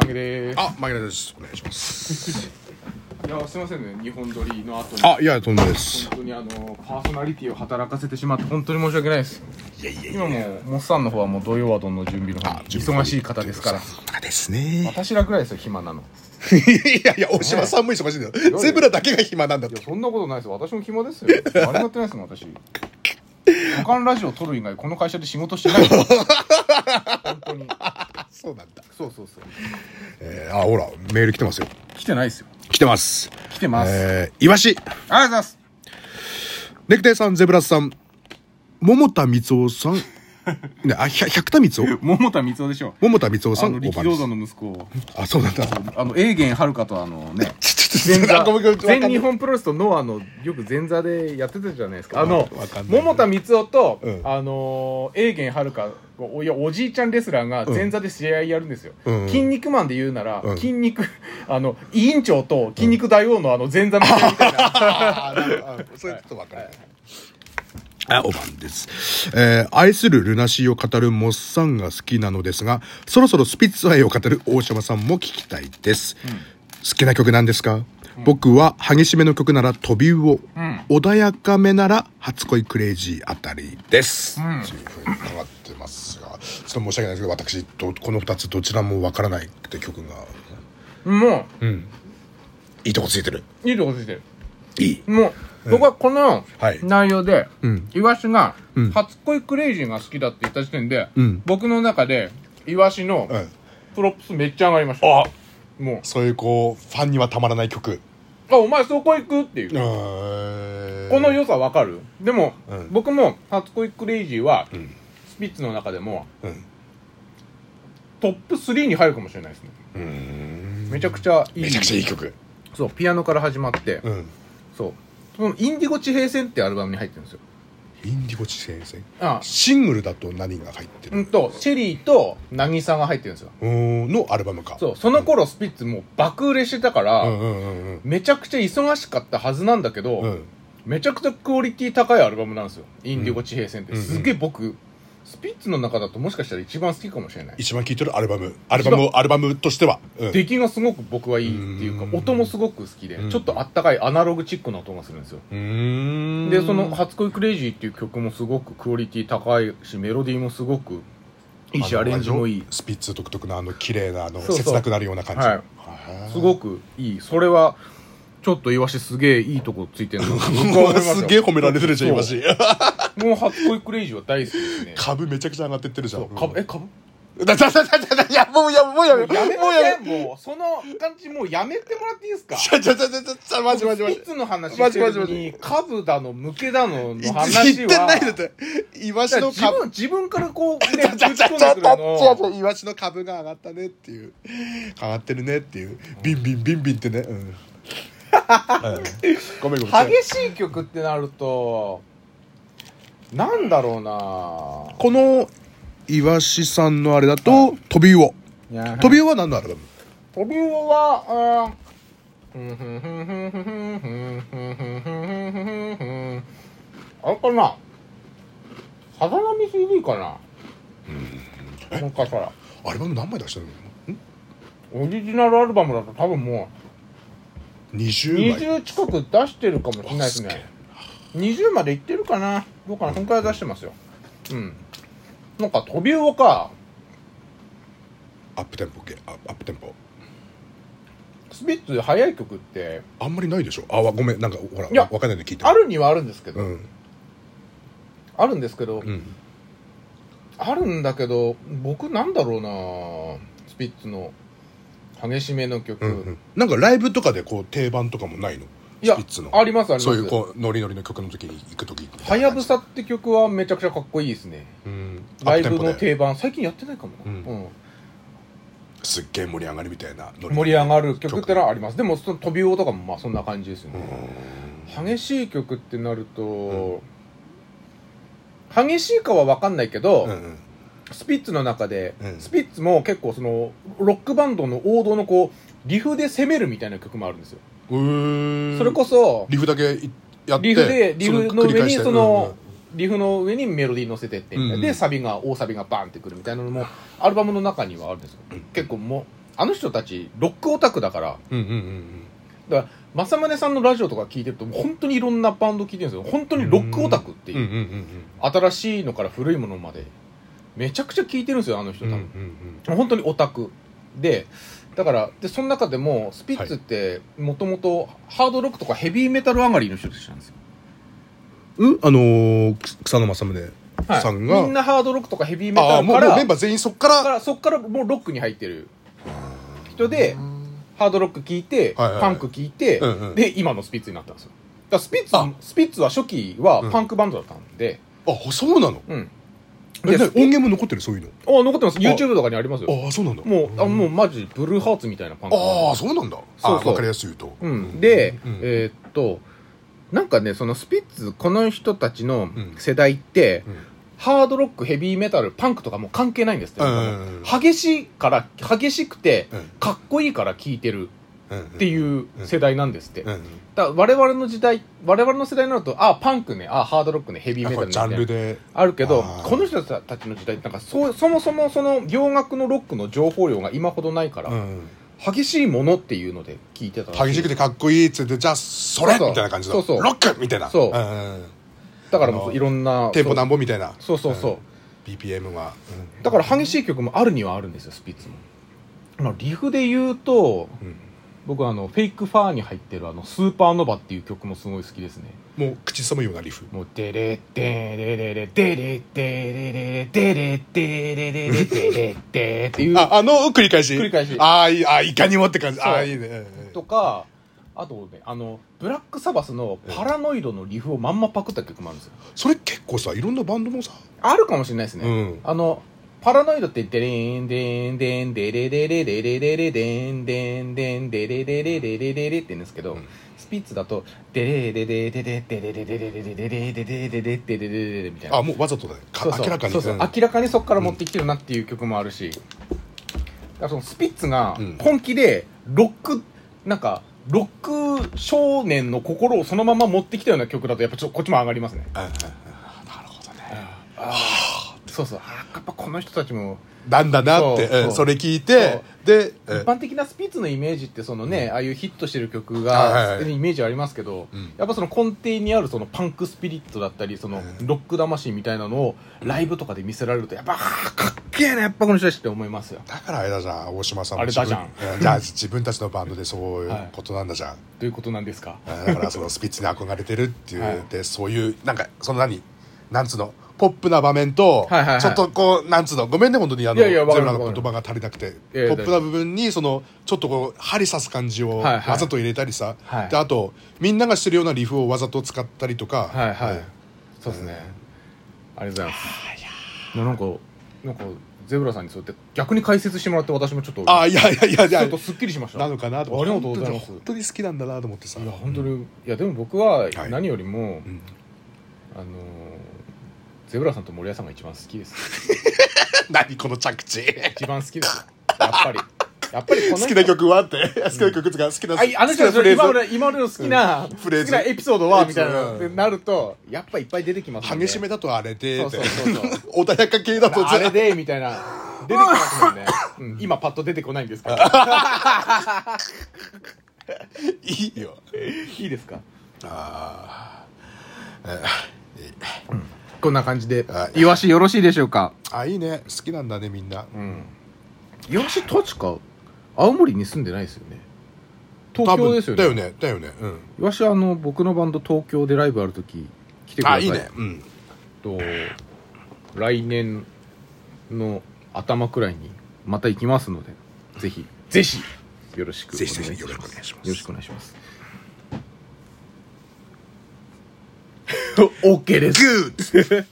負けでーあ、マギラです。お願いします。すいやすいませんね日本撮りの後にあ、いや、とんでもないです。本当にあのパーソナリティを働かせてしまって本当に申し訳ないですいやいやいや。今もうモッサンの方はもう土曜ワドンの準備の方に忙しい方ですからまあですね。私らくらいですよ暇なの いやいや、大島さんも忙しいんだよ。ゼブラだけが暇なんだいとや。そんなことないですよ私も暇 ですよ誰もやってないですもん私他のラジオ撮る以外この会社で仕事して ないですよ本当にあ、そうなんだ。そうそうそうえー、あ、ほら、メール来てますよ。来てないですよ来てます。来てます、えー、イワシ。ありがとうございますネクタイさん、ゼブラスさん、桃田光夫さ ん、ね、あ、ひゃ百田光夫桃田光雄でしょ桃田光夫さあん、のお力ば道で山す。の息子をあ、そう なんだ。あの、エーゲンはるかとあのね、ちょ前っと、あごめんごめ座全日ん、わかんない本プロレスとノアの、よく前座でやってたじゃないですか。あわのかん、ない桃田光夫とうん、あのー、エーゲンはるか、おいや、おじいちゃんレスラーが前座で試合やるんですようん。筋肉マンで言うならう、ん筋肉、あの、委員長と筋肉大王のあの前座の試合みたいな。あーあーそれちょっとわかる。あ、おばんです。えー愛するルナシーを語るモッサンが好きなのですが、そろそろスピッツ愛を語る大島さんも聞きたいです。好きな曲なんですか、僕は激しめの曲なら飛び魚、ん穏やかめなら初恋クレイジーあたりです。んというふうに伺ってますが、ちょっと申し訳ないですけど、私と、この二つどちらもわからないって曲が、もうん。いいとこついてる。う、いいとこついてる。いい。もう、僕はこのはい内容で、うんイワシがうん、初恋クレイジーが好きだって言った時点でうん、僕の中で、イワシのうん。プロップスめっちゃ上がりました。あもそういうこう、ファンにはたまらない曲。う、あ、お前そこ行くっていう。ここの良さわかるでも、うん僕も、初恋クレイジーは、んスピッツの中でも、うんトップ3に入るかもしれないですね。うんめちゃくちゃいい。めちゃくちゃいい曲そう、ピアノから始まって、うんそう。その、インディゴ地平線ってアルバムに入ってるんですよ。インディゴ地先生あシングルだと何が入ってうるんと、シェリーと、渚が入ってるんですよ。うーんのアルバムかそう、その頃スピッツもう爆売れしてたから、うんうんうんうんめちゃくちゃ忙しかったはずなんだけど、うんめちゃくちゃクオリティ高いアルバムなんですよ「インディゴ地平線」って、うんうんすげえ僕スピッツの中だともしかしたら一番好きかもしれない一番聴いてるアルバムアルバムアルバムとしてはうん出来がすごく僕はいいっていうかうん音もすごく好きで、うんちょっとあったかいアナログチックな音がするんですよ、うーんでその「初恋クレイジー」っていう曲もすごくクオリティ高いしメロディーもすごくいいしあのアレンジもいいスピッツ独特のあの綺麗なあのそうそう切なくなるような感じはいは すごくいいそれはちょっとイワシすげえいいとこつい てるの僕は思いますよすげえ褒められてるじゃん今し もう初恋クレイジーは大好きですね株めちゃくちゃ上がってってるじゃんかぶえかぶうんだだだだだだいやもうやめもうやめやめもうやませんもうその感じもうやめてもらっていいですかめちゃちゃちゃちゃち ゃマジマジマジスピッツの話してるのマジマジに株だの向けだのの言話っはてないだってイワシだからの自株分自分からこう ねちゃちゃちゃぶち込んちでくるゃちゃちゃのイワシの株が上がったねっていう上がってるねっていうビンビンビンビンってねうんうんごめんごめん激しい曲ってなるとなんだろうなこのイワシさんのあれだと「飛び魚」「飛びび魚」は何のアルバム飛び魚はうーんふんふんふんふんふんふんふんふんふんふんふんふんあれかなさざ波 CD かななんかからアルバム何枚出してるのオリジナルアルバムだと多分もう20枚20近く出してるかもしれないですね20までいってるかなどうかなそんくらい出してますようんなんか飛び魚かアップテンポ系あアップテンポスピッツ早い曲ってあんまりないでしょあわごめんなんかほらいやわかんないの聞いてあるにはあるんですけど、うんあるんですけど、うんあるんだけど僕なんだろうなスピッツの激しめの曲、うんうんなんかライブとかでこう定番とかもないのいやスピッツのありますありますそういうこうノリノリの曲の時に行く時はやぶさ」って曲はめちゃくちゃかっこいいですねうんライブアッのプテンポで定番最近やってないかもな、うんうんすっげえ盛り上がるみたいなノリ盛り上がる曲ってのはありますでもその飛び魚とかもまあそんな感じですようね、ん激しい曲ってなると、激しいかは分かんないけど、うんうんスピッツの中で、うんスピッツも結構そのロックバンドの王道のこうリフで攻めるみたいな曲もあるんですよ、うーんそれこそリフだけやってリフでリフの繰り上返にしてその、リフの上にメロディー乗せてってみたいな、うんうんでサビが大サビがバンってくるみたいなのもアルバムの中にはあるんですよ、結構もあの人たちロックオタクだからうんうんうんだから政宗さんのラジオとか聞いてるともう本当にいろんなバンド聞いてるんですよ本当にロックオタクってういんう、うんうんうん新しいのから古いものまでめちゃくちゃ聞いてるんですよあの人う多んう分、ん本当にオタクでだからでその中でもスピッツってもともとハードロックとかヘビーメタル上がりの人たちなんですよ、うんあのーく草野正宗はいさんがみんなハードロックとかヘビーメあタあルもうかもうらメンバー全員そっかだかららそっからもうロックに入ってる人でうんハードロック聞いて、はいはいはいパンク聞いて、うんうんで今のスピッツになったんですよだからスピッあツスピッツは初期はパンクバンドだったんで、あそうなのうんえでなス音ピ源も残ってるそういうあ残ってます YouTube とかにありますよのああそうなんだもうあもううマジブルーハーツみたいなパンクバンドああそうなんだそうあそうわかりやすいとうん、で、うんえーっとなんかねそのスピッツこの人たちのん世代って、うんハードロックヘビーメタルパンクとかもう関係ないんですって、うんうんうん激しいから激しくてうんかっこいいから聴いてるうんっていう世代なんですって、うんうんだから我々の時代我々の世代になるとああパンクねああハードロックねヘビーメやタルっぱねジャンルみたいなであるけどあーこの人たちの時代ってなんかそうそもそもその洋楽のロックの情報量が今ほどないから、うん激しいものっていうので聞いてたらしい激しくてかっこいいっつってじゃあそれそうそうみたいな感じのそうそうロックみたいなそうんんんだからもあうのいろんなテンポなんぼみたいなそうそうそう、うん BPM はだから激しい曲もあるにはあるんですよスピッツもあのリフで言うとら僕あのフェイクファーに入ってるあのスーパーノバっていう曲もすごい好きですねもう口ずさむようなリフもうデレデレレレデレデレレデレデレレレデレデっていうああの繰り返し繰り返しああいいあいかにもって感じそうああいいねうんうんとかあとねあのブラックサバスのパラノイドのリフをまんまパクった曲もあるんですよそれ結構さいろんなバンドもさあるかもしれないですね、うんあの、パラノイドって、デレンデンデンデレレレレレレレデンデンデンデレレレレレレレって言うんですけど、スピッツだと、デレレレレレレレレレレレレレレレレレレレレレレレみたいな。あもうわざとだねかそうそう明らかにそうそううん明らかにそこから持ってきてるなっていう曲もあるし、だからそのスピッツがうん本気でロック、なんか、ロック少年の心をそのまま持ってきたような曲だと、やっぱちょっとこっちも上がりますね。うんうんうんなるほどねそうそう。あやっぱこの人たちも、なんだなってそううんそうそれ聞いてでうん一般的なスピッツのイメージってそのね、ああいうヒットしてる曲はいはいがはいイメージありますけど、うんやっぱその根底にあるそのパンクスピリットだったりそのうんロック魂みたいなのをライブとかで見せられるとやっぱあーかっけえなやっぱこの人たちって思いますよだからあれだじゃん大島さんもあれだじゃん自分うんじゃあ自分たちのバンドでそういうことなんだじゃんということなんですかあだからそのスピッツに憧れてるっていう、はいでそういうなんかその何なんつうのポップな場面と、はいはいはいちょっとこうなんつうのごめんね本当にあのいやいやわか全る部あわかのる言葉が足りなくていやいやポップな部分にそのちょっとこう針刺す感じをはいはいわざと入れたりさ、はいであとみんながしてるようなリフをわざと使ったりとか、はいはい、うんそうですねありがとうございますいやなんかなんかゼブラさんにそうやって逆に解説してもらって私もちょっとああいやいやいやいちょやっとすっきりしましたなのかなと思ってありがとうございます本当に好きなんだなと思ってさいや本当に、いやでも僕ははい何よりも、うんあのーゼブラさんと森谷さんが一番好きです 何この着地一番好きですよやっぱりやっぱりこの好人きな曲はって好きな曲とか好きな、あいあの人好きなフレーズ今まで今までの好きな、フレーズ好きなエピソードはエピみソたーいドなってなるとやっぱいっぱい出てきますんで激しめだとあれでそうそうそうそう穏やか系だとあれでみたいな出てきますもんね、 うん今パッと出てこないんですけどいいよいいですかあこんな感じではいイワシよろしいでしょうかーあいいね好きなんだねみんなうんイワシ確か青森に住んでないですよね東京ですよねだよねだよねうんイワシはあの僕のバンド東京でライブある時来てくだあさいいいねうんと来年の頭くらいにまた行きますのでぜひぜひよろしくお願ぜいひしぜますひよろしくお願いしますよろしくお願いします OK ですグッ